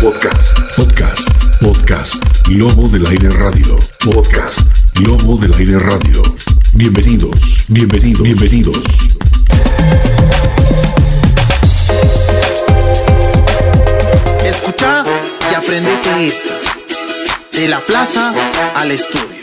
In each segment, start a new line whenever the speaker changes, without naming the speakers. Podcast. Podcast. Podcast. Lobo del Aire Radio. Podcast. Lobo del Aire Radio. Bienvenidos. Bienvenidos. Bienvenidos.
Escucha y aprendete esta. De la plaza al estudio.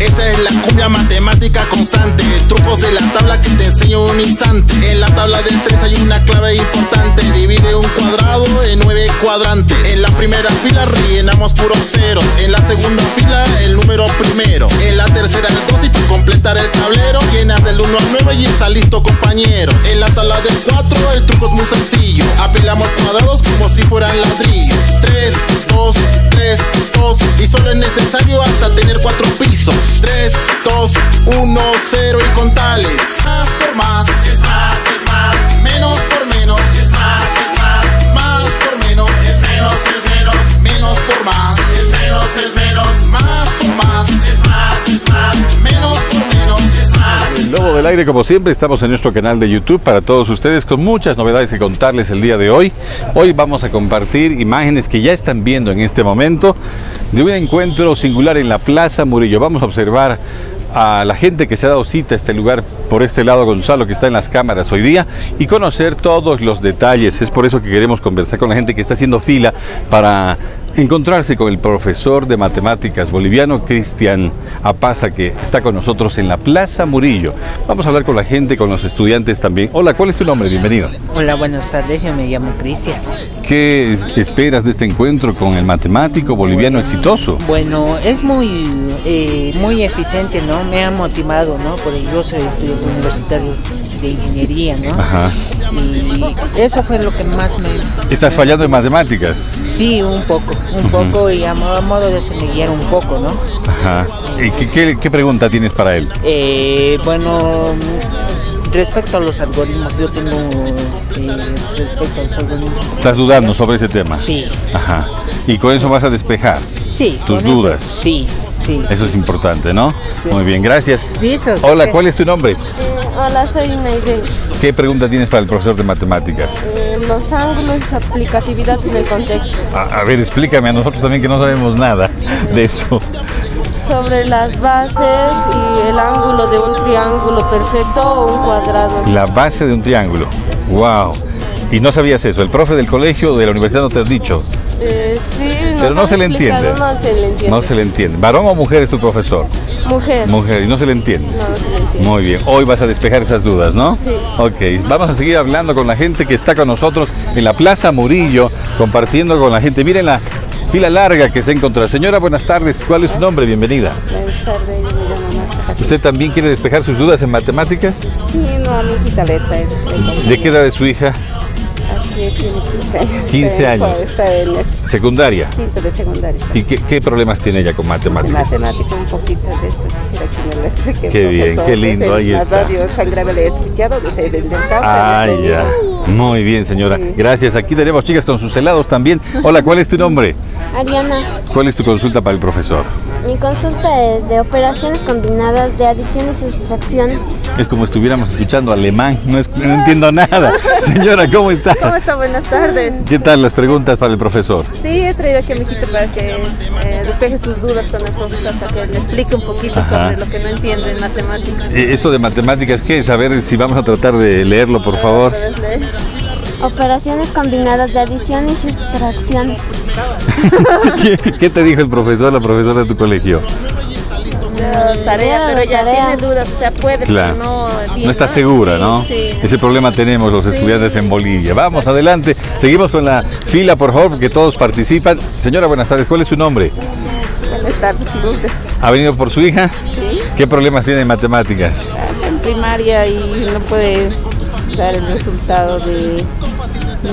Esta es la cumbia matemática constante. Trucos de la tabla que te enseño en un instante. En la tabla del 3 hay una clave importante. Divide un cuadrado en nueve cuadrantes. En la primera fila rellenamos puros ceros. En la segunda fila el número primero. En la tercera el 2 y por completar el tablero llenas del 1 al 9 y está listo compañeros. En la tabla del 4 el truco es muy sencillo. Apilamos cuadrados como si fueran ladrillos. 3, 2, 3, 2 y solo es necesario hasta tener cuatro pisos. 3, 2, 1, 0 y contales. Más por más, es más, es más. Menos por menos, es más, es más. Más por menos, es menos, es menos. Menos por más, es menos, es menos. Más por más, es más, es más. Menos por menos, es más, es
El Lobo del Aire, como siempre, estamos en nuestro canal de YouTube para todos ustedes con muchas novedades que contarles el día de hoy. Hoy vamos a compartir imágenes que ya están viendo en este momento de un encuentro singular en la Plaza Murillo. Vamos a observar a la gente que se ha dado cita a este lugar por este lado, Gonzalo, que está en las cámaras hoy día, y conocer todos los detalles. Es por eso que queremos conversar con la gente que está haciendo fila para encontrarse con el profesor de matemáticas boliviano Cristian Apaza, que está con nosotros en la Plaza Murillo. Vamos a hablar con la gente, con los estudiantes también. Hola, ¿cuál es tu nombre? Bienvenido.
Hola, buenas tardes, yo me llamo Cristian.
¿Qué es- esperas de este encuentro con el matemático boliviano exitoso?
Bueno, es muy eh, muy eficiente, ¿no? Me ha motivado, ¿no? Porque yo soy estudiante universitario de ingeniería, ¿no?
Ajá.
Y eso fue lo que más me...
¿Estás fallando en matemáticas?
Sí, un poco, un poco, y a modo, a modo de se me guiar un poco, ¿no?
Ajá. ¿Y qué- qué- qué pregunta tienes para él?
Eh, bueno, respecto a los algoritmos, yo tengo... eh, respecto a los algoritmos...
Estás dudando sobre ese tema.
Sí,
Ajá. Y con eso vas a despejar.
sí.
Tus
con eso-
dudas.
Sí, sí.
Eso es importante, ¿no?
Sí.
Muy bien, gracias.
Listo,
Hola,
gracias.
¿cuál es tu nombre?
Hola, soy Maybel.
¿Qué pregunta tienes para el profesor de matemáticas?
Eh, los ángulos, aplicatividad en el contexto.
A, a ver, explícame a nosotros también que no sabemos nada de eso.
Sobre las bases y el ángulo de un triángulo perfecto o un cuadrado.
La base de un triángulo. Wow. Y no sabías eso. El profe del colegio o de la universidad no te ha dicho.
Eh, sí, nos
Pero no
han
se le
explicado,
entiende.
No se le entiende.
No se le entiende. ¿Varón o mujer es tu profesor?
Mujer.
Mujer, y no se le entiende.
No, no se le entiende.
Muy bien, hoy vas a despejar esas dudas, ¿no? Sí. Ok, vamos a seguir hablando con la gente que está con nosotros en la Plaza Murillo, compartiendo con la gente. Miren la fila larga que se ha encontrado. Señora, buenas tardes, ¿cuál es su nombre? Bienvenida.
Buenas tardes, yo me llamo Marta.
¿Usted también quiere despejar sus dudas en matemáticas?
Sí, no, a mi hijita le trae- le compré
¿De qué edad es su hija?
así de tiene 15 años.
15
Está en-
años.
Está en el
Secundaria.
quinto de secundaria.
¿Y qué, qué problemas tiene ella con matemáticas?
Matemática, un poquito de eso quisiera que me lo explique.
Qué
un
bien,
poco.
qué lindo,
Desde
ahí
la
está.
radio San Grave le he escuchado desde el intentado.
Ah,
desde el-
ya. Muy bien, señora. Gracias. Aquí tenemos chicas con sus helados también. Hola, ¿cuál es tu nombre?
Ariana,
¿Cuál es tu consulta para el profesor?
mi consulta es de operaciones combinadas de adición y sustracción.
Es como estuviéramos escuchando alemán, no, es- no entiendo nada. Señora, ¿cómo está?
¿Cómo está? Buenas tardes.
¿Qué tal las preguntas para el profesor?
Sí, he traído aquí a mi hijita para que eh, despeje sus dudas con las consultas, para que le explique un poquito
Ajá.
sobre lo que no entiende en matemáticas.
Eh, Esto de matemáticas, ¿qué es? A ver si vamos a tratar de leerlo, por favor.
Entonces, le-
Operaciones combinadas de adición y sustracción.
¿Qué, qué te dijo el profesor, la profesora de tu colegio?
tarea, pero ella
Tarea.
tiene dudas, o sea, puede,
Claro.
pero no... bien,
No está segura,
Sí,
¿no?
sí.
Ese problema tenemos los estudiantes en Bolivia. Vamos, adelante. Seguimos con la fila, por favor, porque todos participan. Señora, buenas tardes. ¿Cuál es su nombre?
Buenas tardes, Lourdes.
¿Ha venido por su hija?
Sí.
¿Qué problemas tiene en matemáticas?
Está en primaria y no puede dar el resultado de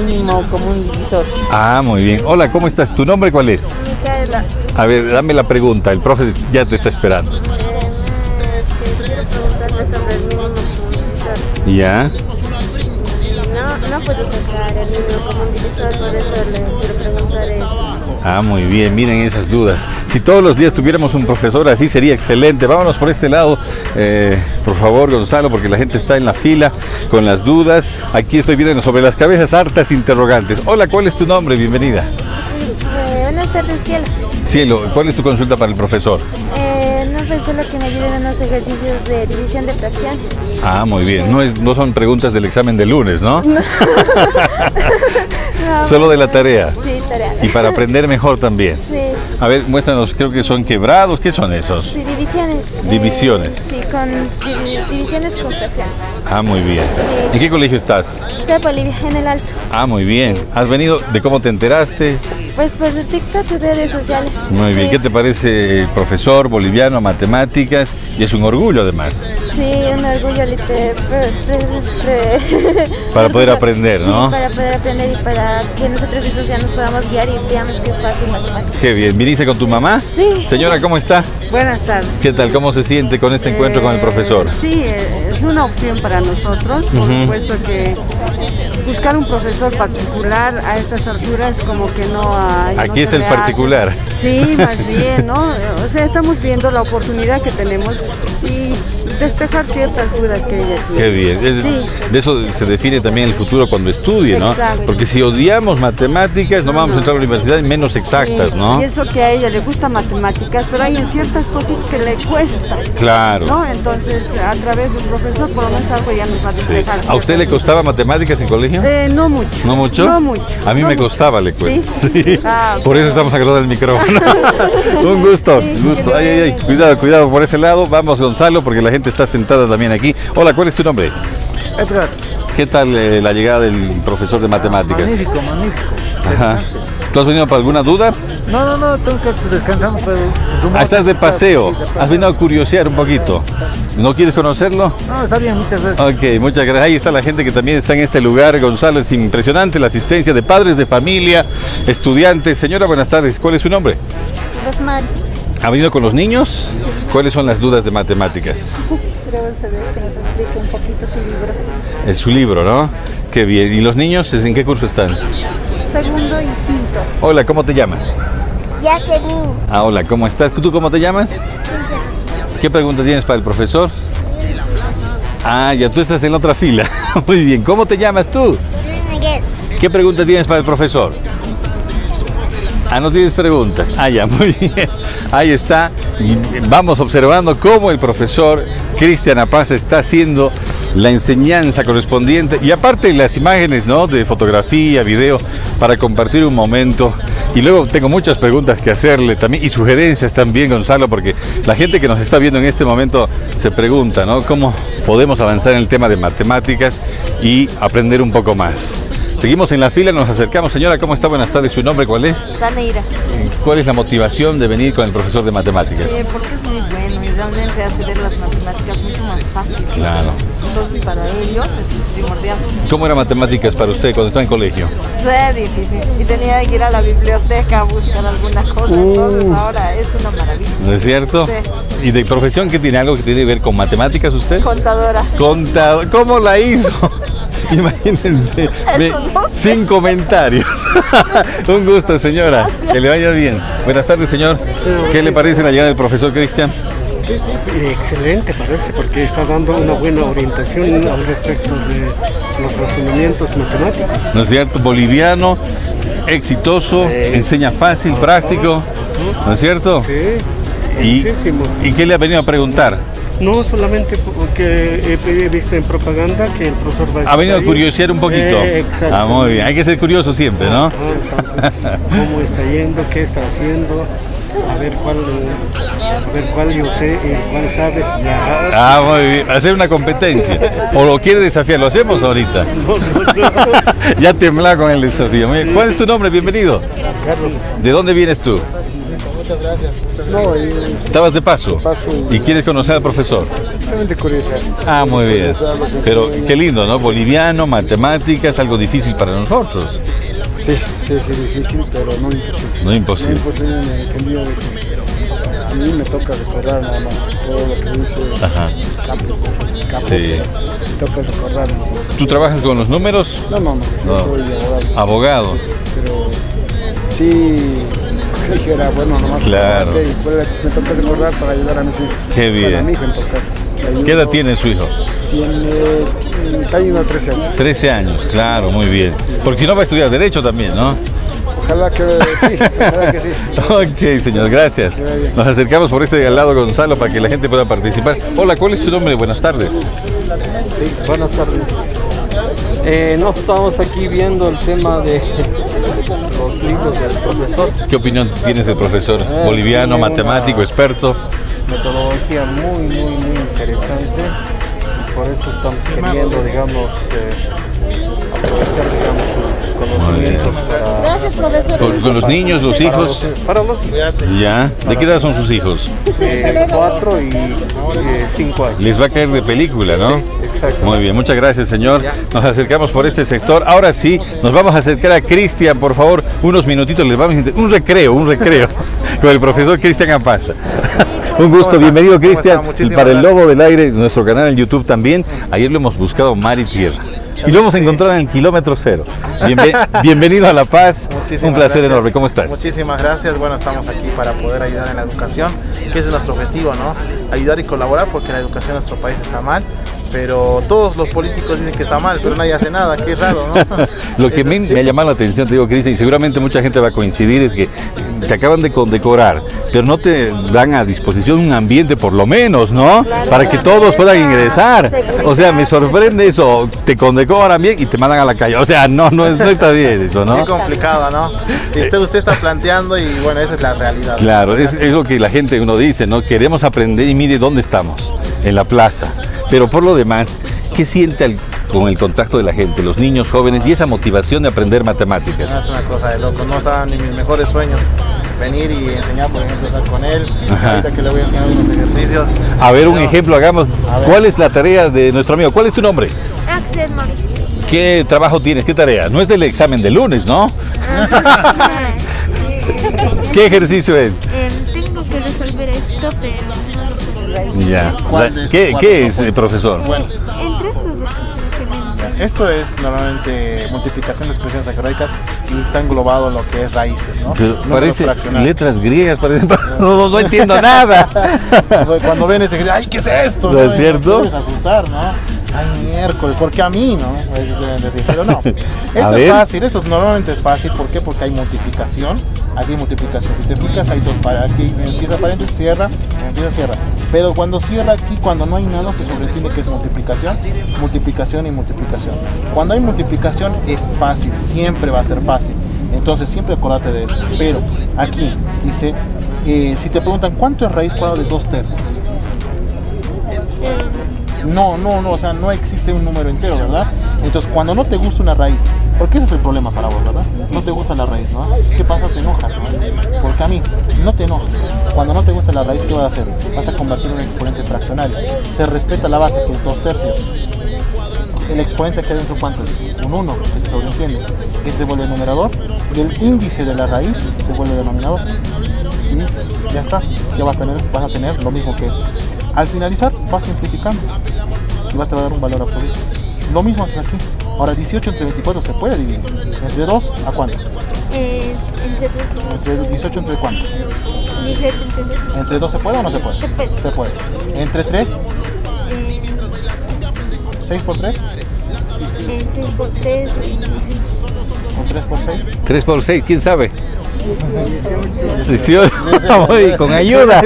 mínimo común divisor.
Ah, muy bien. Hola, ¿cómo estás? ¿Tu nombre cuál es?
Micaela,
A ver, dame la pregunta. El profe ya te está esperando.
quiero preguntarle sobre el mínimo común divisor.
Ya.
No, no
no puedo sacar el mismo como un divisor, por eso le quiero preguntar eso.
Ah, muy bien, miren esas dudas. Si todos los días tuviéramos un profesor así sería excelente. Vámonos por este lado, eh, por favor, Gonzalo, porque la gente está en la fila con las dudas. Aquí estoy viendo sobre las cabezas hartas interrogantes. Hola, ¿cuál es tu nombre? Bienvenida.
Eh, buenas tardes, cielo.
Cielo, ¿cuál es tu consulta para el profesor?
Eh, no fue solo que me ayuden en los ejercicios de división de fracción.
Ah, muy bien. No, es- no son preguntas del examen de lunes, ¿no?
No,
Solo de la tarea.
Sí, tarea.
Y para aprender mejor también.
Sí,
A ver, muéstranos, creo que son quebrados. ¿Qué son esos?
sí, divisiones. Eh,
Divisiones.
sí, con divi- divisiones con fracción.
Ah, muy bien. ¿En qué colegio estás?
De Bolivia en el alto.
Ah, muy bien. ¿Has venido? ¿De cómo te enteraste?
Pues por TikTok y redes sociales.
Muy bien.
Sí,
¿Qué te parece el profesor boliviano, matemáticas? Y es un orgullo además.
Sí, un orgullo liter- pre- pre- pre-
Para poder
orgullo.
aprender, ¿no?
Sí, para poder aprender y para que nosotros mismos ya nos podamos guiar y veamos que es fácil matemática.
Qué bien. ¿Viniste con tu mamá?
Sí.
Señora, ¿cómo está?
Buenas tardes.
¿Qué tal? ¿Cómo se siente con este encuentro con el
Eh,
profesor?
Sí, eh, es una opción para nosotros, por
Ujú.
supuesto que buscar un profesor particular a estas alturas como que no hay. no
Aquí
se
está el
le hace.
particular.
Sí, más bien, ¿no? O sea, estamos viendo la oportunidad que tenemos y despejar ciertas dudas que ella tiene.
Qué bien. Es-
Sí.
De eso se define también el futuro cuando estudie, ¿no?
Exacto.
Porque si odiamos matemáticas, no vamos a entrar a la universidad y menos exactas,
Sí,
¿no?
Y eso que a ella le gusta matemáticas, pero hay ciertas cosas que le cuesta.
Claro.
¿No? Entonces, a través del profesor, por lo menos algo ya nos va a
Sí.
despejar.
¿A usted le
ciertas
costaba matemáticas en colegio?
Eh, no mucho.
¿No mucho?
No mucho.
A mí
No
me
mucho.
costaba, le cuento.
Sí.
Sí.
Ah,
Por eso estamos agarrando el micrófono. Un gusto,
Sí,
un gusto.
que
Ay, ay, ay. Cuidado, cuidado por ese lado. Vamos, Gonzalo, porque la gente está sentada también aquí. Hola, ¿cuál es tu nombre?
Edgar,
¿Qué tal eh, la llegada del profesor de matemáticas?
magnífico, magnífico.
Ajá. ¿Tú has venido para alguna duda?
No, no, no, tengo que descansamos, pero...
Ah, estás de paseo. Has venido a curiosear un poquito. ¿No quieres conocerlo?
No, está bien, muchas gracias.
Ok, muchas gracias. Ahí está la gente que también está en este lugar. Gonzalo, es impresionante la asistencia de padres de familia, estudiantes. Señora, buenas tardes. ¿Cuál es su nombre?
Pues,
Rosmar,
¿Ha venido con los niños? ¿Cuáles son las dudas de matemáticas?
Creo saber que nos explica un poquito su libro.
Es su libro, ¿no? Qué bien. ¿Y los niños en qué curso están?
Segundo y quinto.
Hola, ¿cómo te llamas?
ya sé ni.
Ah, hola, ¿cómo estás? ¿Tú cómo te llamas? ¿Qué pregunta tienes para el profesor? Ah, ya tú estás en la otra fila. Muy bien, ¿cómo te llamas tú?
Miguel,
¿Qué pregunta tienes para el profesor? Ah, no tienes preguntas. Ah, ya, muy bien. Ahí está. Y vamos observando cómo el profesor Cristian Apaz está haciendo la enseñanza correspondiente y aparte las imágenes, ¿no? De fotografía, video, para compartir un momento. Y luego tengo muchas preguntas que hacerle también y sugerencias también, Gonzalo, porque la gente que nos está viendo en este momento se pregunta, ¿no? ¿Cómo podemos avanzar en el tema de matemáticas y aprender un poco más? Seguimos en la fila, nos acercamos. Señora, ¿cómo está? Buenas tardes. ¿Su nombre cuál es?
Daneira.
¿Cuál es la motivación de venir con el profesor de matemáticas?
Eh, porque es muy bueno y realmente hace ver las matemáticas mucho más fácil.
Claro.
Entonces para ellos es primordial.
¿Cómo era matemáticas para usted cuando estaba en colegio?
Re difícil. Y tenía que ir a la biblioteca a buscar alguna cosa.
Uh.
Entonces ahora es una maravilla.
¿No es cierto?
Sí.
¿Y de profesión qué tiene algo que tiene que ver con matemáticas usted?
Contadora.
Contado. ¿Cómo la hizo? Imagínense. Ve- Sin comentarios. Un gusto, señora. Que le vaya bien. Buenas tardes, señor. ¿Qué le parece la llegada del profesor Cristian?
Sí, sí, eh, excelente parece, porque está dando una buena orientación al respecto de los razonamientos matemáticos.
¿No es cierto? Boliviano, exitoso, enseña fácil, práctico, ¿no es cierto?
Sí,
¿Y,
muchísimo.
¿Y qué le ha venido a preguntar?
No solamente porque he, he visto en propaganda que el profesor va
Ha venido a
estar ahí.
curiosear un poquito.
Eh, exacto.
Ah, muy bien. Hay que ser curioso siempre, ¿no?
Ajá, entonces, ¿Cómo está yendo? ¿Qué está haciendo? A ver cuál, eh, a ver cuál yo sé y cuál sabe. Ya.
Ah, muy bien. Hacer una competencia. O lo quiere desafiar. Lo hacemos ahorita. ya tembla con el desafío. Muy bien. ¿Cuál es tu nombre? Bienvenido.
Carlos,
¿De dónde vienes tú?
muchas gracias. No, y
Estabas de paso.
paso.
¿Y quieres conocer al profesor?
simplemente curiosidad.
Ah, muy bien. Pero qué lindo, ¿no? Boliviano, matemáticas, algo difícil para nosotros.
Sí, sí, sí, difícil, pero no imposible.
No imposible.
Imposible en el entendido de que
a mí me toca recordar nada más todo lo que dice
Ajá.
Capo. Capo.
Sí.
Me toca recordar. nada más.
¿Tú trabajas con los números?
No, no, no,
No.
no soy abogado,
Abogado.
pero sí, dije era bueno nomás.
Claro.
Y fue la que me toca recordar para ayudar a mis hijos.
Qué bien.
Bueno, a mi hijo en todo caso. Le ayudo.
¿Qué edad tiene su hijo?
Tiene, está yendo a 13 años.
13 años, claro, muy bien. Porque si no va a estudiar Derecho también, ¿no?
Ojalá que sí, ojalá que sí.
Ok, señor, gracias. Nos acercamos por este lado, Gonzalo, para que la gente pueda participar. Hola, ¿cuál es tu nombre? Buenas tardes.
Sí, buenas tardes. Eh, no estamos aquí viendo el tema de los libros del profesor.
¿Qué opinión tienes del profesor?
Ah,
Boliviano, matemático, experto.
Metodología muy, muy, muy interesante. Y por eso estamos queriendo, digamos, eh, aprovechar, digamos, sus conocimientos para...
Gracias, profesor.
Con, con los niños, los
para
hijos.
los- Para los
¿Ya? ¿De qué edad son sus hijos?
eh, cuatro y eh, cinco años.
Les va a caer de película, ¿no? Muy bien, muchas gracias, señor. Nos acercamos por este sector. Ahora sí, nos vamos a acercar a Cristian, por favor, unos minutitos. Les vamos a inter- un recreo, un recreo con el profesor Cristian Ampaza. Un gusto, bienvenido Cristian. Y Para el Lobo del Aire, nuestro canal en YouTube también. Ayer lo hemos buscado mar y tierra. Y lo hemos encontrado en el kilómetro cero. Bienve- bienvenido a La Paz.
Muchísimas
un placer
gracias.
enorme. ¿Cómo estás?
Muchísimas gracias. Bueno, estamos aquí para poder ayudar en la educación, que ese es nuestro objetivo, ¿no? Ayudar y colaborar porque la educación en nuestro país está mal, pero todos los políticos dicen que está mal, pero nadie hace nada, qué raro, ¿no?
Lo que a mí me ha llamado la atención, te digo, Cristian, y seguramente mucha gente va a coincidir, es que te acaban de condecorar, pero no te dan a disposición un ambiente, por lo menos, ¿no? Para que todos puedan ingresar. O sea, me sorprende eso. Te condecoran bien y te mandan a la calle. O sea, no, no, es- no está bien eso,
Qué
¿no?
complicado, ¿no? Usted, usted está planteando y bueno, esa es la realidad.
Claro, es, es lo que la gente uno dice, ¿no? Queremos aprender y mire dónde estamos, en la plaza. Pero por lo demás, ¿qué siente al- con el contacto de la gente, los niños jóvenes y esa motivación de aprender matemáticas?
No, Es una cosa de loco, no estaban ni mis mejores sueños. Venir y enseñar, por ejemplo, estar con él.
Ajá.
Ahorita que le voy a enseñar unos ejercicios.
A ver, un ejemplo, hagamos. ¿Cuál es la tarea de nuestro amigo? ¿Cuál es tu nombre?
Axel, mami.
¿Qué trabajo tienes? ¿Qué tarea? No es del examen de lunes, ¿no? ¿Qué ejercicio es?
em, tengo que resolver esto, pero no lo puedo
Ya.
¿Cuál de-
¿Qué,
cuál de
qué
los
es,
puntos?
eh, profesor?
Bueno, Esto es normalmente multiplicación de expresiones algebraicas y está englobado lo que es raíces, ¿no?
Pero
Números
parece
fraccionales.
letras griegas, parece. No, no entiendo nada.
Cuando ven este, ay, ¿qué es esto?
¿No es
Y
cierto?
Te puedes asustar, ¿no? Ay, miércoles, ¿por qué a mí, no? Ellos deben decir, pero no. Esto es
ver.
fácil, esto normalmente es fácil, ¿por qué? Porque hay multiplicación, aquí hay multiplicación. Si te fijas, hay dos para aquí, empieza paréntesis, cierra, empieza, cierra. Pero cuando cierra aquí, cuando no hay nada, se sobreentiende que es multiplicación, multiplicación y multiplicación. Cuando hay multiplicación, es fácil, siempre va a ser fácil. Entonces, siempre acordate de eso. Pero aquí dice, eh, si te preguntan, ¿cuánto es raíz cuadrada de dos tercios? No, no, no, o sea, no existe un número entero, ¿verdad? Entonces, cuando no te gusta una raíz, porque ese es el problema para vos, ¿verdad? No te gusta la raíz, ¿no? ¿Qué pasa? Te enojas, ¿no? Porque a mí, no te enojas. Cuando no te gusta la raíz, ¿qué vas a hacer? Vas a convertir en un exponente fraccional. Se respeta la base, que es dos tercios. El exponente que hay dentro, ¿cuánto es? Un 1, que se sobreentiende. Este se vuelve el numerador y el índice de la raíz se vuelve el denominador. Y ya está, ya vas a tener, vas a tener lo mismo que eso. Al finalizar, vas simplificando y vas a dar un valor absoluto. Lo mismo haces aquí. Ahora 18 entre 24 se puede dividir. ¿Entre 2 a cuánto?
Eh, entre
¿Entre 18 entre cuánto?
"Pues, este
¿Entre 2 se puede o no se puede?
Se puede.
Se puede. ¿Entre 3?
eh,
¿6 por 3?
este
¿Con 3 por 6?
3 por 6, ¿quién sabe? 18. Voy con ayuda.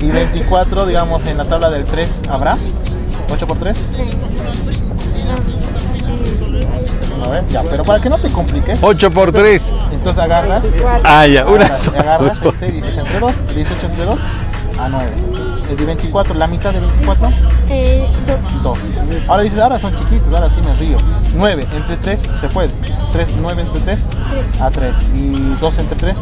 y 24, digamos, en la tabla del 3 habrá. 8 por 3. A ver, ya, pero para que no te compliques.
8 por 3.
Entonces agarras.
Ah, ya, una
agarras,
sola.
Agarras este, dices entre 2, 18 entre 2, a 9. El de 24, la mitad de 24,
eh,
2. Ahora dices, ahora son chiquitos, ahora sí me río. 9 entre 3 se puede. 3, 9 entre 3, a 3. Y 2 entre 3,
eh,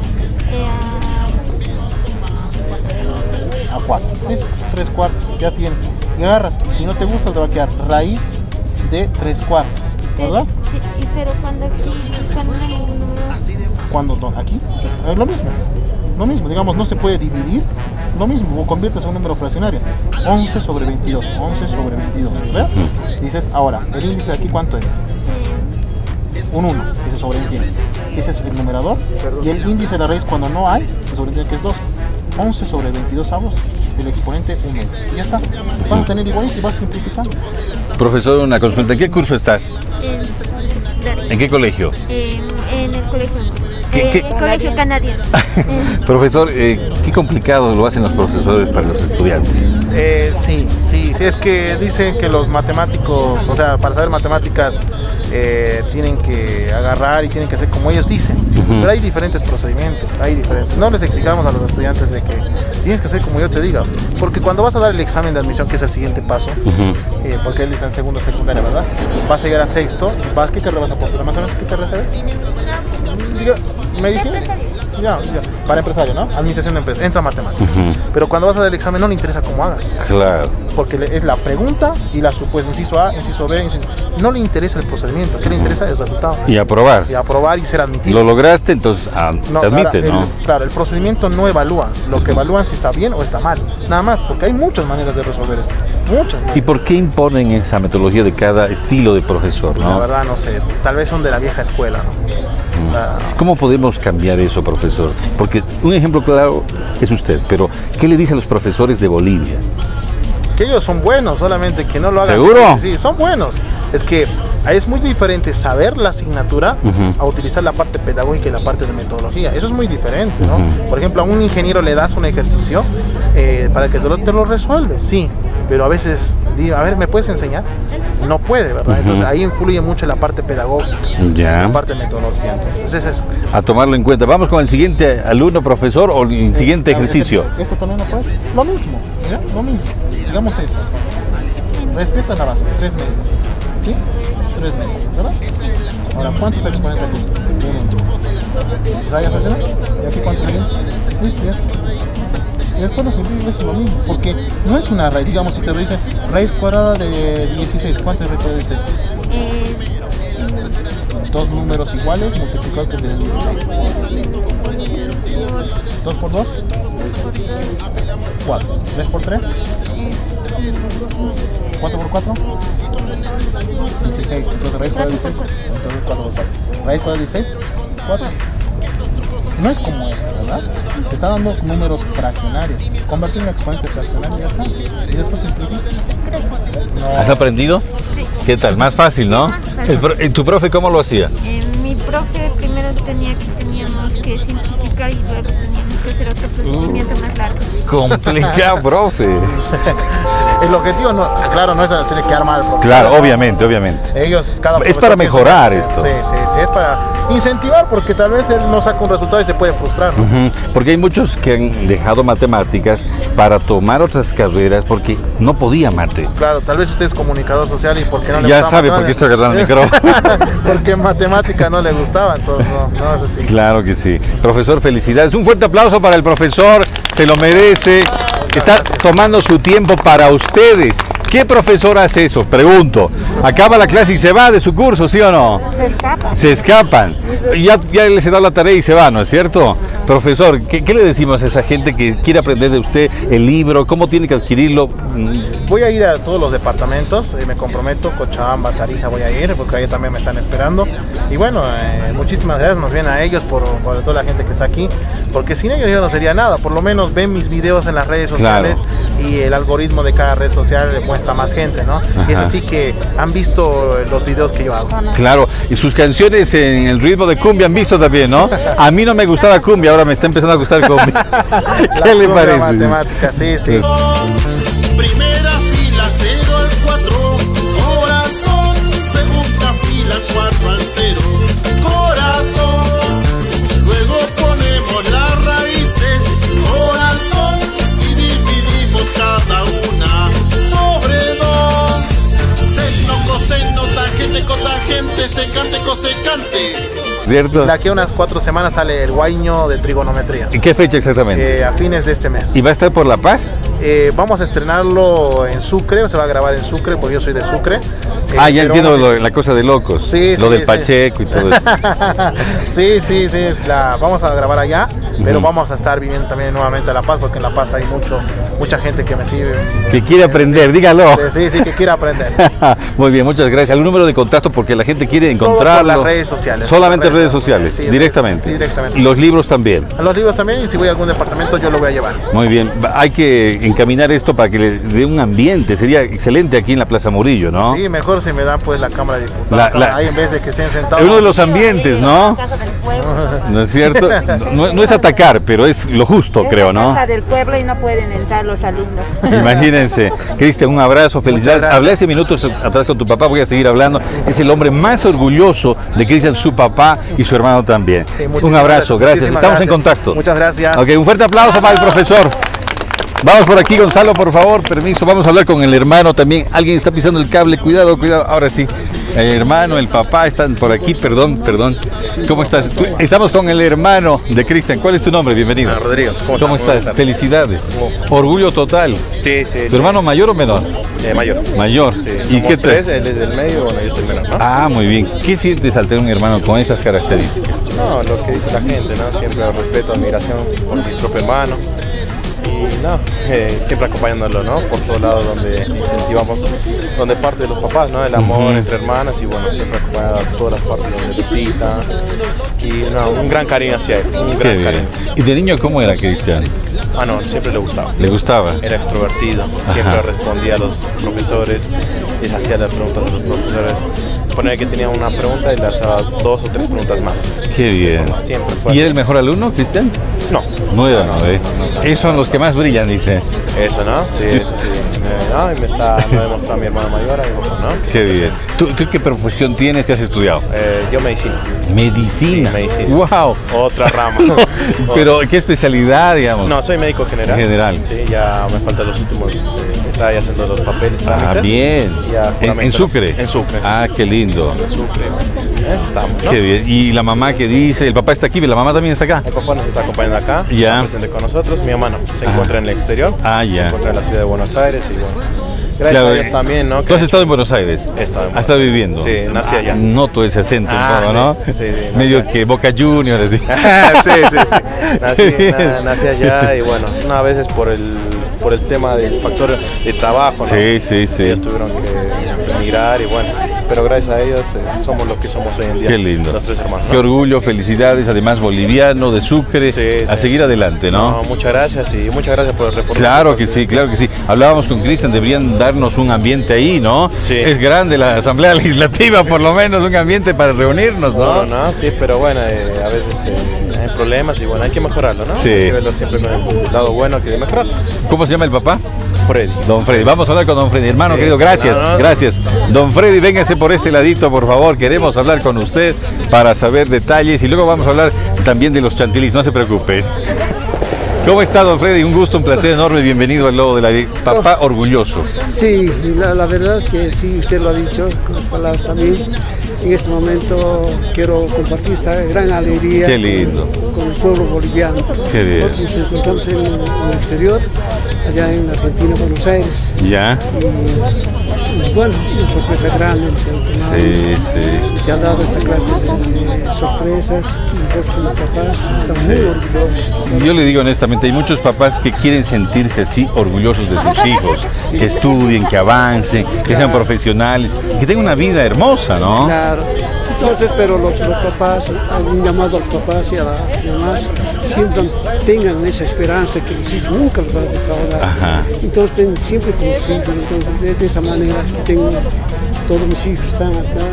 a 4. Listo, 3 cuartos, ya tienes. Y agarras, si no te gusta te va a quedar raíz de 3 cuartos, ¿verdad?
pero cuando aquí, cuando hay un número,
Cuando don- aquí, es lo mismo.
Lo mismo, digamos, no se puede dividir. Lo mismo, o conviertes a un número fraccionario. 11 sobre 22, 11 sobre 22. ¿verdad? Dices, ahora, el índice de aquí, ¿cuánto es? Un 1, que se sobreentiende. Ese es el numerador. Y el índice de la raíz, cuando no hay, se sobreentiende que es 2. 11 sobre 22 avos del exponente 1. Y ya está. Vas a tener iguales y vas simplificando.
Profesor, una consulta. ¿En qué curso estás? ¿En qué colegio?
En, eh, en el colegio.
¿Qué-
Eh,
qué?
El colegio canadiense.
Profesor, eh, qué complicado lo hacen los profesores para los estudiantes.
Eh, sí, sí,
sí, es que dicen que los matemáticos, o sea, para saber matemáticas eh, tienen que agarrar y tienen que hacer como ellos dicen.
Ujú.
Pero hay diferentes procedimientos, hay diferentes. No les exijamos a los estudiantes de que tienes que hacer como yo te diga, porque cuando vas a dar el examen de admisión, que es el siguiente paso, eh, porque él está en segundo secundaria, ¿verdad? Vas a llegar a sexto, vas, ¿qué carrera vas a postular? ¿Más o menos qué carrera sabes? Diga, ¿Medicina? Ya, ya. Para empresario, ¿no? Administración de empresas, entra matemáticas. Pero cuando vas a dar el examen no le interesa cómo hagas
Claro.
porque le- es la pregunta y la supuesta, inciso A, inciso B, inciso- no le interesa el procedimiento, ¿qué le interesa? El resultado.
Y aprobar.
Y aprobar y ser admitido.
Lo lograste, entonces ah,
No,
te admite,
ahora, el-
¿no?
claro, el procedimiento no evalúa, lo que evalúan si está bien o está mal, nada más, porque hay muchas maneras de resolver esto, muchas.
¿Y por qué imponen esa metodología de cada estilo de profesor,
La
no?
verdad no sé, tal vez son de la vieja escuela, ¿no? O sea,
¿Cómo podemos cambiar eso, profesor? Porque un ejemplo claro es usted, pero ¿qué le dice a los profesores de Bolivia?
que ellos son buenos, solamente que no lo hagan.
¿Seguro?
Sí, son buenos. Es que es muy diferente saber la asignatura
Ujú.
a utilizar la parte pedagógica y la parte de metodología. Eso es muy diferente, ¿no? Por ejemplo, a un ingeniero le das un ejercicio eh, para que te lo, te lo resuelve, sí. Pero a veces, di, a ver, ¿me puedes enseñar? No puede, ¿verdad?
Ujú.
Entonces ahí influye mucho la parte pedagógica,
Ya.
la parte de metodología. Entonces, ese es
A tomarlo en cuenta. Vamos con el siguiente alumno, profesor, o el siguiente ejercicio.
Esto también lo puedes. Lo mismo, ¿ya? Lo mismo. Digamos eso. Respeta la base, tres medios. ¿Sí? Tres medios, ¿verdad? Ahora, ¿cuántos exponentes aquí? Uno. ¿Rayas fraccionadas? ¿Y aquí cuántos vienen? Listo, ya. Y después los simplificas es lo mismo, porque no es una raíz, digamos, si te dicen raíz cuadrada de 16, ¿cuánto es raíz cuadrada de 16?
Eh,
dos números iguales multiplicados por 16. ¿Dos por dos? Cuatro. ¿Tres por tres? ¿Cuatro por cuatro? 16. Entonces raíz cuadrada de 16. Entonces 4 por 4. Raíz cuadrada de 16, 4. No es como esto, ¿verdad? Te está dando números fraccionarios. Convertir en exponente fraccionario y ya está. Y después simplifica.
¿Has aprendido? ¿Qué tal? Más fácil, ¿no? El pro- ¿Y ¿Tu profe cómo lo hacía?
eh, mi profe primero tenía que teníamos que simplificar y luego teníamos que hacer otro procedimiento
Mm.
más largo.
Complicado, profe.
el objetivo, no, ah, claro, no es hacerle quedar mal. al profesor,
Claro,
¿no?
obviamente, obviamente.
Ellos, cada
Es
profesor
para
tiene su-
mejorar esto.
Sí, sí, sí, es para incentivar porque tal vez él no saca un resultado y se puede frustrar. ¿no?
Ujú, Porque hay muchos que han dejado matemáticas para tomar otras carreras porque no podía mate.
Claro, tal vez usted es comunicador social y porque no le
Ya
gustaba
sabe por qué estoy
matemática?
agarrando el micrófono.
porque matemática no le gustaba, entonces no, no es así.
Claro que sí. Profesor, felicidades. Un fuerte aplauso para el profesor. Se lo merece. Está tomando su tiempo para ustedes. ¿Qué profesor hace eso? Pregunto. Acaba la clase y se va de su curso, ¿sí o no?
Se escapa.
Se escapan. Ya, ya les he dado la tarea y se va, ¿no es cierto? Profesor, ¿qué, qué le decimos a esa gente que quiere aprender de usted el libro? ¿Cómo tiene que adquirirlo? Mm,
Voy a ir a todos los departamentos, eh, me comprometo, Cochabamba, Tarija voy a ir, porque ahí también me están esperando. Y bueno, eh, muchísimas gracias más bien a ellos por, por toda la gente que está aquí, porque sin ellos yo no sería nada, por lo menos ven mis videos en las redes
Claro.
sociales y el algoritmo de cada red social le muestra más gente, ¿no? Y es
Ajá.
así que han visto los videos que yo hago.
Claro, y sus canciones en el ritmo de cumbia han visto también, ¿no? A mí no me gustaba cumbia, ahora me está empezando a gustar cumbia. ¿Qué le parece?
Matemática, sí, sí.
Primera fila 0 al 4, corazón. Segunda fila 4 al 0, corazón. Luego ponemos las raíces, corazón. Y dividimos cada una sobre dos. Seno, coseno, tangente, cotangente, secante, cosecante.
¿Cierto?
De aquí a unas cuatro semanas sale el guaño de trigonometría.
¿Y qué fecha exactamente?
Eh, a fines de este mes.
¿Y va a estar por La Paz?
Eh, vamos a estrenarlo en Sucre, se va a grabar en Sucre, porque yo soy de Sucre. Eh,
ah, ya
pero
entiendo
vamos a-
lo- la cosa de locos.
Sí,
lo
sí,
del
sí.
Pacheco y todo eso.
sí, sí, sí, es la, vamos a grabar allá, pero
Ujú.
vamos a estar viniendo también nuevamente a La Paz, porque en La Paz hay mucho, mucha gente que me sigue. eh,
que quiere aprender, dígalo.
Sí, sí, que quiere aprender.
Muy bien, muchas gracias. El número de contacto porque la gente quiere
por
encontrarlo.
las redes sociales.
Solamente
Por las
redes sociales,
sí,
directamente.
sí, directamente.
Los libros también.
A los libros también, y si voy a algún departamento, yo lo voy a llevar.
Muy bien, Va- hay que encaminar esto para que le dé un ambiente. Sería excelente aquí en la Plaza Murillo, ¿no?
Sí, mejor si me dan pues la Cámara de Diputados.
La- la-
Ahí en vez de que estén
Es
sentados.
uno de los ambientes, ¿no? ¿No es cierto? No, no es atacar, pero es lo justo, creo, ¿no?
del pueblo y no pueden entrar los alumnos.
Imagínense. Cristian, un abrazo, felicidades.
gracias.
Hablé hace minutos atrás con tu papá, voy a seguir hablando. Es el hombre más orgulloso de Cristian, su papá y su hermano también. un
muchísimas
abrazo,
gracias,
gracias.
muchísimas
Estamos en
gracias.
contacto.
Muchas gracias.
Ok, un fuerte aplauso para el profesor. Vamos por aquí, Gonzalo, por favor, permiso. Vamos a hablar con el hermano también. Alguien está pisando el cable, cuidado, cuidado. Ahora sí, el hermano, el papá están por aquí, perdón, perdón. ¿Cómo estás? Tú- Estamos con el hermano de Cristian. ¿Cuál es tu nombre? Bienvenido.
Ah, Rodrigo.
¿Cómo,
¿Cómo estás?
estás? Felicidades. Orgullo total.
Sí, sí.
¿Tu
sí.
hermano mayor o menor?
Eh, mayor.
Mayor.
Sí,
¿Y
somos
qué te-
tres, él es del medio, bueno, yo soy menor, ¿no?
Ah, muy bien. ¿Qué sientes al tener un hermano con esas características?
No, lo que dice la gente, ¿no? Siempre respeto, admiración por mi propio hermano. Y no, eh, siempre acompañándolo, ¿no? Por todos lados donde incentivamos, donde parte de los papás, ¿no? El amor
Ujú.
entre hermanos y bueno, siempre acompañado a todas las partes donde visita. Y no, un gran cariño hacia él, un
Qué
gran
bien.
cariño.
¿Y de niño cómo era Cristian?
Ah, no, siempre le gustaba.
¿Le gustaba?
Era extrovertido,
Ajá.
siempre respondía a los profesores, les hacía las preguntas a los profesores. Ponía que tenía una pregunta y le hacía dos o tres preguntas más.
Qué bien.
Siempre fue.
¿Y era el mejor alumno, Cristian?
No.
No era, no, ¿eh? Esos son los que más brillan, dice.
Eso, ¿no? Sí, eso sí. Me- no, y me está, me demostró mi hermano mayor, ahí, ¿no?
Qué bien. ¿Tú, tú qué profesión tienes que has estudiado?
Eh, yo medicina.
Medicina.
Sí, medicina.
¡Wow!
Otra rama.
Pero, ¿qué especialidad, digamos?
No, soy médico general.
General.
Sí, ya me faltan los últimos. eh, Estaba ya haciendo los papeles.
Ah,
trámites.
bien.
Ya,
¿En, en
juramento, ¿no?
Sucre?
En Sucre.
Ah, qué lindo.
En Sucre. En eh, eso estamos, ¿no?
Qué bien. ¿Y la mamá que dice? ¿El papá está aquí? ¿La mamá también está acá?
El papá nos está acompañando acá,
Ya.
está presente con nosotros. Mi hermano se encuentra en el exterior,
Ah,
se
ya.
encuentra en la ciudad de Buenos Aires y bueno. Gracias
Claro, Pues
a Dios también, ¿no?
¿Tú has estado en Buenos Aires?
He estado en
¿Has estado viviendo?
Buenos Aires.
Ah,
Sí, nací allá.
Noto ese acento un
Ah,
poco, ¿no?
sí, sí, sí,
Medio que Boca Juniors, así.
sí, sí, sí. Nací,
Qué bien.
na- nací allá y bueno, no, a veces por el, por el tema del factor de trabajo, ¿no?
Sí, sí, sí.
Ellos tuvieron que emigrar y bueno, pero gracias a ellos eh, somos lo que somos hoy en día.
Qué lindo.
Los tres hermanos.
Qué orgullo, felicidades, además boliviano, de Sucre, a seguir adelante, ¿no?
No, muchas gracias y muchas gracias por el reporte.
Claro que sí, claro que sí. Hablábamos con Cristian, deberían darnos un ambiente ahí, ¿no? Es grande la Asamblea Legislativa, por lo menos un ambiente para reunirnos, ¿no?
No, no, no, sí, pero bueno, eh, a veces eh, hay problemas y bueno, hay que mejorarlo, ¿no?
Sí.
Hay que verlo siempre con el lado bueno que de mejorar.
¿Cómo se llama el papá?
Freddy.
Don Freddy, vamos a hablar con Don Freddy. Hermano
Sí.
querido, gracias,
No, no.
gracias. Don Freddy, véngase por este ladito, por favor. Queremos hablar con usted para saber detalles y luego vamos a hablar también de los chantilis, no se preocupe. ¿Cómo está, don Freddy? Un gusto, un placer enorme. Bienvenido al Lobo de la Vida. Papá orgulloso.
Sí, la, la verdad es que sí, usted lo ha dicho con sus palabras también. En este momento quiero compartir esta gran alegría
Qué lindo.
con el pueblo boliviano.
Qué bien.
Nosotros Nos encontramos en, en el exterior, allá en Argentina, Buenos Aires.
¿Ya?
Y, bueno, una sorpresa grande. nos han tomado.
Sí, sí.
Se han dado esta clase de, de sorpresas. Nosotros como papás estamos muy orgullosos.
Yo le digo honestamente, hay muchos papás que quieren sentirse así orgullosos de sus hijos, que estudien, que avancen, que sean profesionales, que tengan una vida hermosa, ¿no?
Claro. Entonces, pero los, los papás, algún llamado a los papás y a las demás, siempre tengan esa esperanza que los hijos nunca los van a defraudar.
Ajá.
Entonces, ten- siempre con los hijos, entonces, de, de esa manera, tengo, todos mis hijos están acá.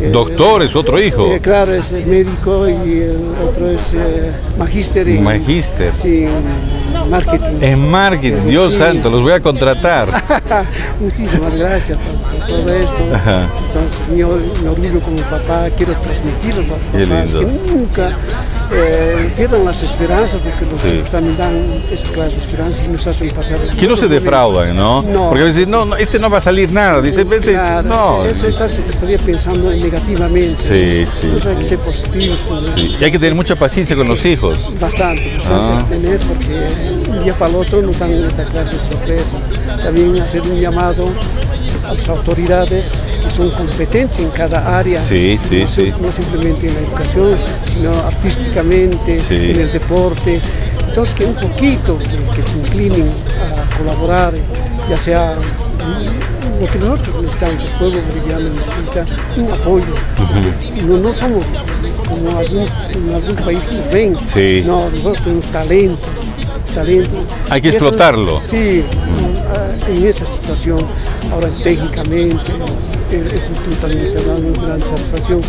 Eh,
Doctor es otro hijo.
eh, claro, es es médico y el otro es eh, magíster en,
Magíster.
sí, en marketing.
En marketing, Dios
Sí.
Ah,
santo, los voy a contratar.
Muchísimas gracias. papá.
todo esto.
Ajá.
Entonces mi, or- mi orgullo como papá quiero transmitirlo a los
Qué
papás
lindo.
que nunca eh, pierdan las esperanzas porque los
Sí.
chicos también dan esa clase de esperanzas y nos hacen pasar.
Que no se defraudan, ¿no?
No.
Porque a veces, no, no, este no va a salir nada. Dice, vete.
Claro,
no.
Eso es estar- estaría pensando negativamente.
Sí, sí,
Entonces hay que
sí.
ser positivos. ¿no?
Sí, Y hay que tener mucha paciencia con los hijos.
Bastante, bastante
Ah.
tener porque un día para el otro no están esta clase de sorpresa. También hacer un llamado a las autoridades que son competentes en cada área.
Sí, sí, sí.
No simplemente en la educación, sino artísticamente,
Sí.
en el deporte. Entonces que un poquito que, que se inclinen a colaborar, ya sea mm, lo que nosotros necesitamos, el pueblo boliviano necesita un apoyo. Y no, no somos como algunos, en algunos países nos ven.
Sí.
No, nosotros tenemos talento. talento.
Hay que
Y eso-
explotarlo.
sí, ah, en esa situación. Ahora eh, técnicamente, el esto también se ha dado una gran satisfacción.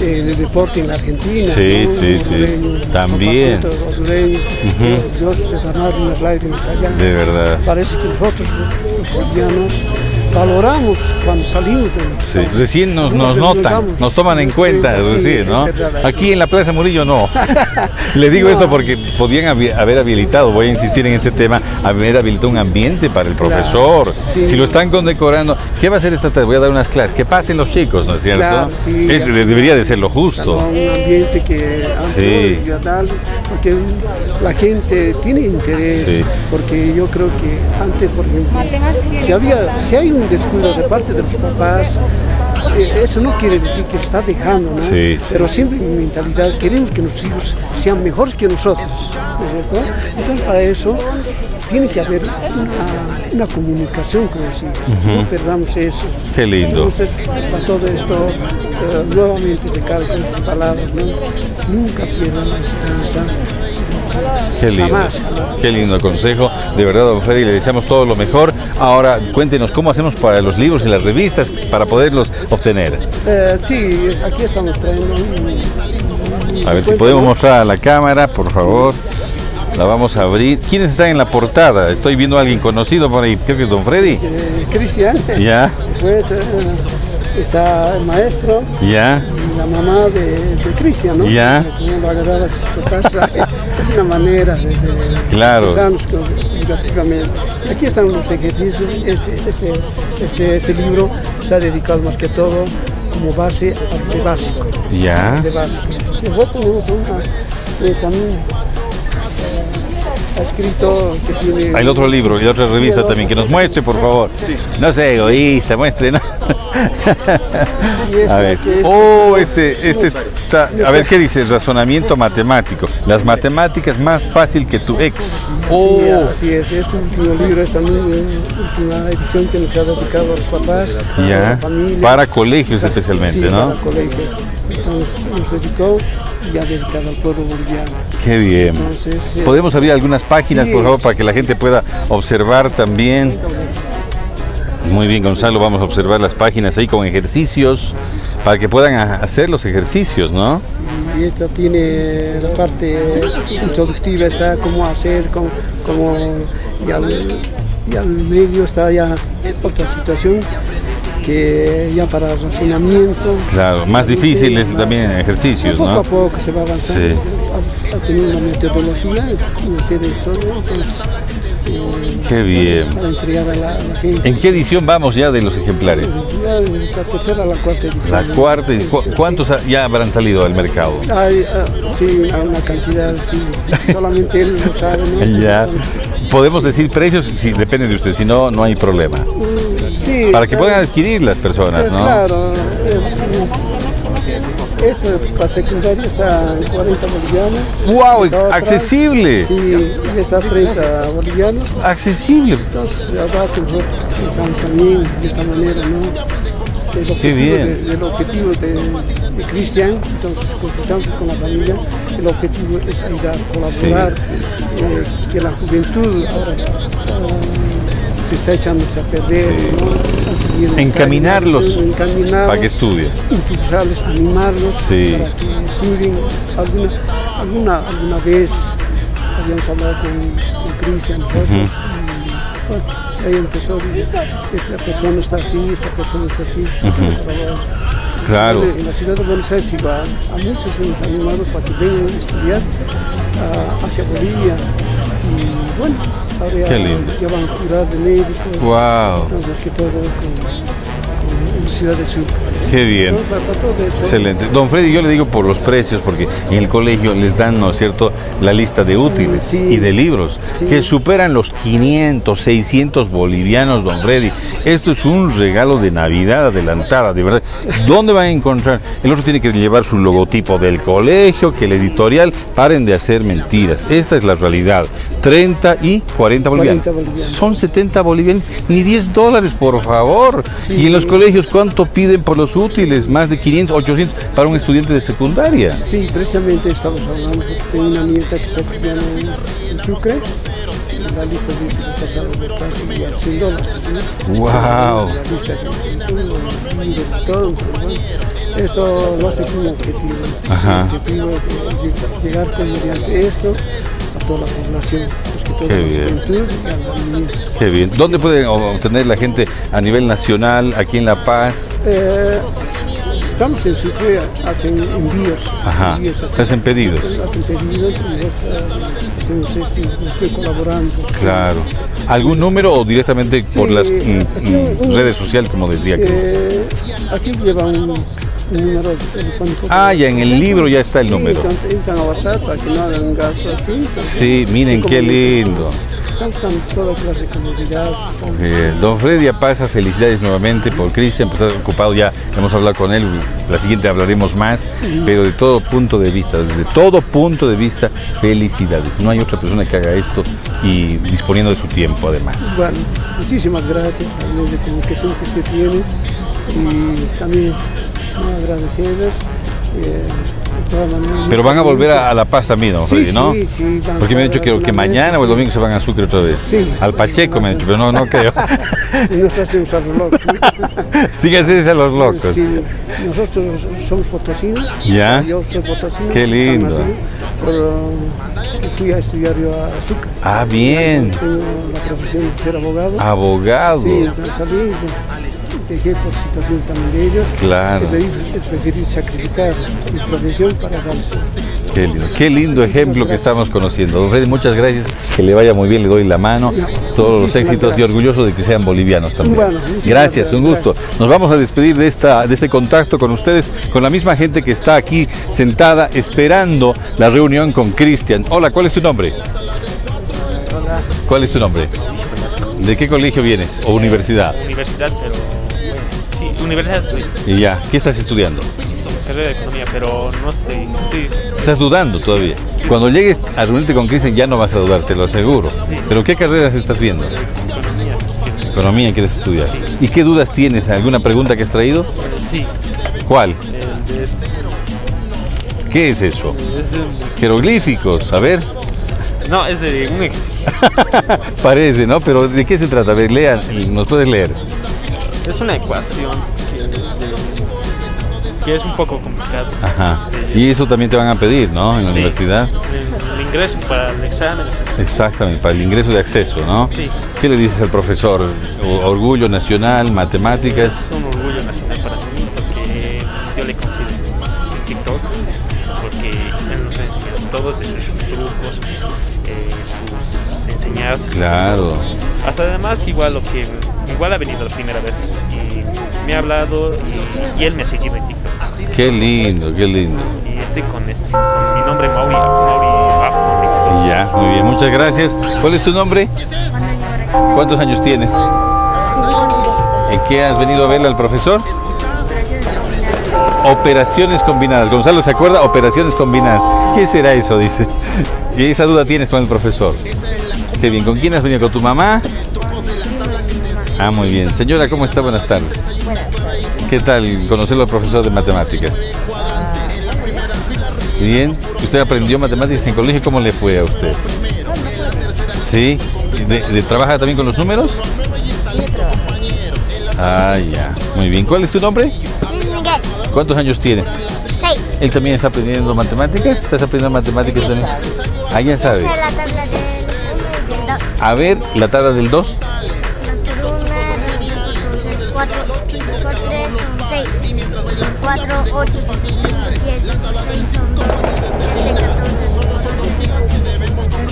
El deporte en la Argentina.
Sí,
¿no?
sí, sí.
Hondureño,
También.
Zapatito, hondureño, eh,
Ujú.
Dios te dará unas lágrimas allá.
De verdad.
Parece que nosotros, los bolivianos, valoramos cuando salimos de nuestro
Sí, Pues Recién nos, nos
Nosotros
notan,
llegamos.
nos toman en cuenta,
pues, Sí,
es decir,
es
¿no?
verdad.
Aquí en la Plaza Murillo no. Le digo esto porque podían habi- haber habilitado, voy a insistir en ese tema, haber habilitado un ambiente para el profesor.
sí.
Si lo están condecorando, ¿qué va a hacer esta tarde? Voy a dar unas clases, que pasen los chicos, ¿no es cierto?
Claro, sí.
Es- debería de ser lo
Salón,
justo.
un ambiente que amplio
Eh, Sí.
y tal, porque la gente tiene interés,
Sí.
porque yo creo que antes, por ejemplo, si, había, si hay un descuido de parte de los papás, eh, eso no quiere decir que lo está dejando, ¿no?
Sí, sí.
Pero siempre mi mentalidad, queremos que nuestros hijos sean mejores que nosotros, ¿no es cierto? Entonces para eso tiene que haber una, una comunicación con los hijos,
Ujú.
no perdamos eso.
Qué lindo.
Entonces, para todo esto, eh, nuevamente se cargan estas palabras, ¿no? Nunca pierdan la esperanza.
Qué lindo.
Jamás.
Qué lindo consejo. De verdad, don Freddy, le deseamos todo lo mejor. Ahora, cuéntenos cómo hacemos para los libros y las revistas para poderlos obtener.
Eh, sí, aquí estamos trayendo un- un-
A ver si
cuento,
podemos
¿no?
mostrar a la cámara, por favor. La vamos a abrir. ¿Quiénes están en la portada? Estoy viendo a alguien conocido por ahí. Creo que es Don Freddy.
Eh, Cristian,
Ya,
pues eh, está el maestro,
ya.
y la mamá de, de Cristian, ¿no?
Ya.
Como lo agarraba a sus papás, es una manera de, de
Claro.
expresarnos con- educativamente. Aquí están los ejercicios, este, este, este, este libro está dedicado más que todo como base de básico.
Ya.
De básico. Luego tenemos una, eh, también eh, ha escrito que tiene...
Hay Ah, el otro libro y otra
Sí,
revista
el otro.
también. Que nos muestre, por favor. No sea egoísta, muestre, ¿no?
este
A ver. Oh, este, este está. A ver, ¿qué dice? Razonamiento matemático. Las matemáticas más fácil que tu ex. Oh.
Sí, así es, este último libro es también la última edición que nos ha dedicado a los papás, a la
Ya.
familia.
Para colegios especialmente,
Sí,
¿no?
Para colegios. Entonces nos dedicó y ha dedicado al pueblo boliviano.
Qué bien.
Entonces, eh,
Podemos abrir algunas páginas,
sí.
por favor, para que la gente pueda observar también. Muy bien, Gonzalo, vamos a observar las páginas ahí con ejercicios, para que puedan a- hacer los ejercicios, ¿no?
Y esta tiene la parte introductiva, está cómo hacer, cómo, cómo y, al, y al medio está ya otra situación que ya para razonamiento.
Claro, más difíciles también ejercicios,
poco
¿no?
a poco se va avanzando.
Sí.
Ha, ha tenido una metodología, una serie de historias, entonces, eh,
Qué bien.
para entregar a la, a la gente.
¿En qué edición vamos ya de los ejemplares?
Ya de la tercera a la cuarta edición.
La cuarta, y cu- ¿cuántos ha- ya habrán salido al mercado?
Hay, ah, sí, hay una cantidad, sí, solamente él lo sabe, ¿no?
Ya. Podemos decir precios, sí, depende de usted, si no, no hay problema.
Sí,
Para que
eh,
puedan adquirir las personas,
eh,
¿no?
Claro. eh, Esto para secundaria está en 40 bolivianos.
¡Wow!
Está atrás.
accesible.
Sí, y está a 30 bolivianos.
Accesible.
Entonces, ya va que nosotros pensamos también de esta manera, ¿no? El objetivo
bien.
de- el objetivo de, de Cristian, entonces consultamos con la familia, el objetivo es ayudar, colaborar, eh, que la juventud ahora eh, se está echándose a perder, ¿no? Y en la
Encaminarlos
calle, encaminarlos,
para que estudien.
impulsarlos, animarlos
Sí.
para que estudien alguna, alguna, alguna vez habíamos hablado con, con Cristian nosotros,
Ujú.
y bueno, ahí empezó, esta persona está así, esta persona está así.
Ujú. Claro.
En la ciudad de Buenos Aires iba a muchos de los animados para que vengan a estudiar ah, hacia Bolivia. Y bueno, ahora ya-
Qué lindo.
ya van a curar de médicos.
Guau.
Entonces, que todo con, con- en Ciudad del Sur.
Qué bien.
Entonces, trató de eso.
Excelente. Don Freddy, yo le digo por los precios, porque en el colegio les dan, ¿no es cierto?, la lista de útiles y de libros, que superan los 500, 600 bolivianos, don Freddy. Esto es un regalo de Navidad adelantada, de verdad. ¿Dónde van a encontrar? El otro tiene que llevar su logotipo del colegio, que el editorial, paren de hacer mentiras. Esta es la realidad. 30 y 40 bolivianos.
40 bolivianos.
Son 70 bolivianos, ni 10 dólares, por favor. Y en los colegios, ¿cuánto piden por los útiles? Más de 500, 800 para un estudiante de secundaria.
Sí, precisamente estamos hablando, porque tengo una nieta que está estudiando en- en Sucre, y la lista de útiles está de casi a 100 dólares. ¿sí?
Wow.
La lista de- de todo, pero bueno, Esto lo hace como objetivo.
Ajá.
El objetivo es de- de llegar con mediante esto a toda la población, pues que toda
Qué
la
bien.
juventud y a la niñez.
Qué bien. ¿Dónde puede o- obtener la gente a nivel nacional, aquí en La Paz?
Eh, estamos en Sucre, hacen envíos.
Ajá.
envíos
Se hacen pedidos.
Hacen pedidos y los, eh, hacemos esto, y estoy colaborando.
Claro. ¿Algún número o directamente por
Sí,
las mm,
aquí
mm,
un-
redes sociales, como decía? Que...
Eh, aquí lleva un, un número telefónico.
Ah, ya en el libro ya está el
Sí,
número.
Entran, entran a WhatsApp para que no hagan gasto así.
Sí, miren qué lindo.
Están todas las comodidad.
Eh, don Freddy Apaza, felicidades nuevamente por Cristian, pues está ocupado ya, hemos hablado con él, la siguiente hablaremos más, pero de todo punto de vista, desde todo punto de vista, felicidades. No hay otra persona que haga esto y disponiendo de su tiempo además.
Bueno, muchísimas gracias a los de comunicación que usted tiene y también no agradecerles. eh, de todas maneras.
Pero van a volver a, a La Paz también, don
Sí,
Freddy, ¿no?
sí, sí, van
Porque me
a
han dicho que,
volver
que
a la
mañana
mesa,
o el
sí.
domingo se van a Sucre otra vez.
Sí.
Al Pacheco me han dicho, pero no, no creo. pues.
Y nosotros tenemos al reloj.
Síguese a los locos.
Sí, nosotros somos potosinos.
Ya.
o sea, Yo soy potosino.
Qué
San
lindo.
Marcelino, Pero fui a estudiar yo a Sucre.
Ah, bien.
Tengo la profesión de ser abogado.
Ah, Abogado.
Sí, entonces salí. y Dejé por situación también de ellos.
Claro.
Y preferí, preferí sacrificar mi profesión para dar
Qué lindo, qué lindo ejemplo que estamos conociendo. Don Freddy, muchas gracias. Que le vaya muy bien, le doy la mano. Todos los
Muchísimas
éxitos y
gracias.
orgulloso de que sean bolivianos también.
Bueno, muchísimas
gracias,
gracias,
un gusto. Nos vamos a despedir de, esta, de este contacto con ustedes, con la misma gente que está aquí sentada esperando la reunión con Cristian. Hola, ¿cuál es tu nombre? ¿Cuál es tu nombre? ¿De qué colegio vienes o universidad?
Universidad, pero. bueno, Sí, universidad estoy.
Y ya, ¿qué estás estudiando?
Carrera de economía, pero no estoy. Sí,
Estás dudando todavía. Cuando llegues a reunirte con Cristian ya no vas a dudar, te lo aseguro. Pero ¿qué carreras estás viendo?
economía.
Economía quieres estudiar. ¿Y qué dudas tienes? ¿Alguna pregunta que has traído?
Sí. eh,
¿Cuál?
El de.
¿Qué es eso?
es
Jeroglíficos, a ver.
de- no, es de un ex.
Parece, ¿no? Pero ¿de qué se trata? A ver, lean, nos puedes leer.
Es una ecuación que, es de- que es un poco complicado.
Ajá. Y eso también te van a pedir, ¿no? En la universidad.
El, el ingreso para el examen es
Exactamente, para el ingreso de acceso, ¿no?
Sí.
¿Qué le dices al profesor? O- Orgullo nacional, matemáticas.
un orgullo nacional para mí porque yo le considero en TikTok porque él nos ha enseñado todos de sus trucos, eh, sus enseñanzas.
Claro.
Hasta además igual lo que igual ha venido la primera vez y me ha hablado y, y él me ha seguido en TikTok.
Qué lindo, qué lindo.
Y estoy con este. Mi nombre es Mauri, Mauri Bafton.
Ya, muy bien, muchas gracias. ¿Cuál es tu nombre? ¿Cuántos años tienes? ¿En qué has venido a ver al profesor? Operaciones combinadas. Gonzalo se acuerda, operaciones combinadas. ¿Qué será eso? Dice. Y esa duda tienes con el profesor. Qué bien, ¿con quién has venido? ¿Con tu mamá? Ah, muy bien. Señora, ¿cómo está? Buenas tardes. ¿Qué tal conocerlo al profesor de matemáticas? Bien. ¿Usted aprendió matemáticas en colegio? ¿Cómo le fue a usted? ¿Sí? ¿De, de- trabaja también con los números? Ah, ya. Muy bien. ¿Cuál es tu nombre?
Miguel,
¿Cuántos años tiene?
seis.
¿Él también está aprendiendo matemáticas? ¿Estás aprendiendo matemáticas también? Ah, ya sabe.
Esa es la tabla de
a ver la tabla del 2.
Por una, dos, cuatro, por tres son seis, por cuatro, ocho, por diez, por seis son doce, trece, catorce,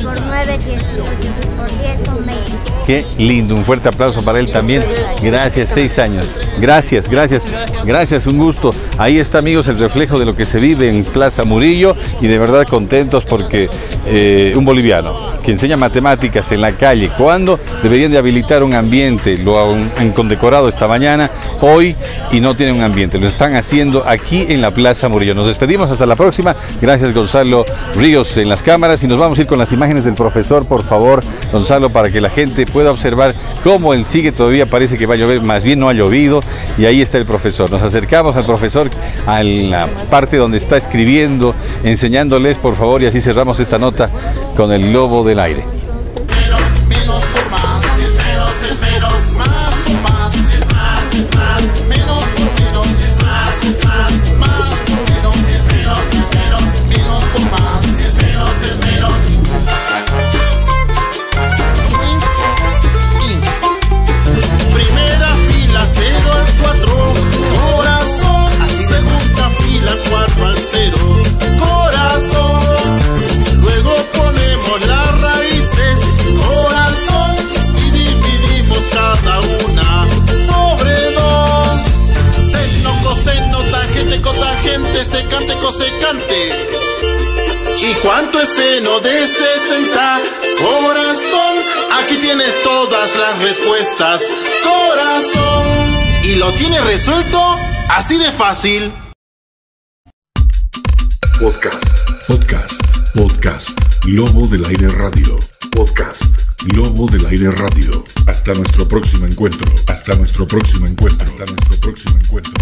por nueve, dieciocho, por diez son veinte.
Qué lindo, un fuerte aplauso para él también. Gracias, seis años. Gracias, gracias, gracias, un gusto. Ahí está, amigos, el reflejo de lo que se vive en Plaza Murillo y de verdad contentos porque eh, un boliviano que enseña matemáticas en la calle, cuando deberían de habilitar un ambiente, lo han, han condecorado esta mañana, hoy, y no tienen un ambiente, lo están haciendo aquí en la Plaza Murillo. Nos despedimos hasta la próxima. Gracias, Gonzalo Ríos, en las cámaras y nos vamos a ir con las imágenes del profesor, por favor, Gonzalo, para que la gente pueda observar cómo él sigue todavía, parece que va a llover, más bien no ha llovido, y ahí está el profesor. Nos acercamos al profesor a la parte donde está escribiendo, enseñándoles, por favor, y así cerramos esta nota con el globo del aire.
menos por más, es menos, es menos, más por más, es más, es más, menos por menos, es más, es más, más por menos, es menos, es menos, menos por más, es menos, es menos. Primera fila 0 al 4, corazón, segunda fila 4 al 0, corazón. Luego ponemos las raíces, corazón, y dividimos cada una sobre dos. Seno, coseno, tangente, cotangente, secante, cosecante. ¿Y cuánto es seno de 60? Corazón, aquí tienes todas las respuestas. Corazón. ¿Y lo tienes resuelto? Así de fácil.
Podcast. Podcast. Podcast. Lobo del Aire Radio. Podcast. Lobo del Aire Radio. Hasta nuestro próximo encuentro. Hasta nuestro próximo encuentro. Hasta nuestro próximo encuentro.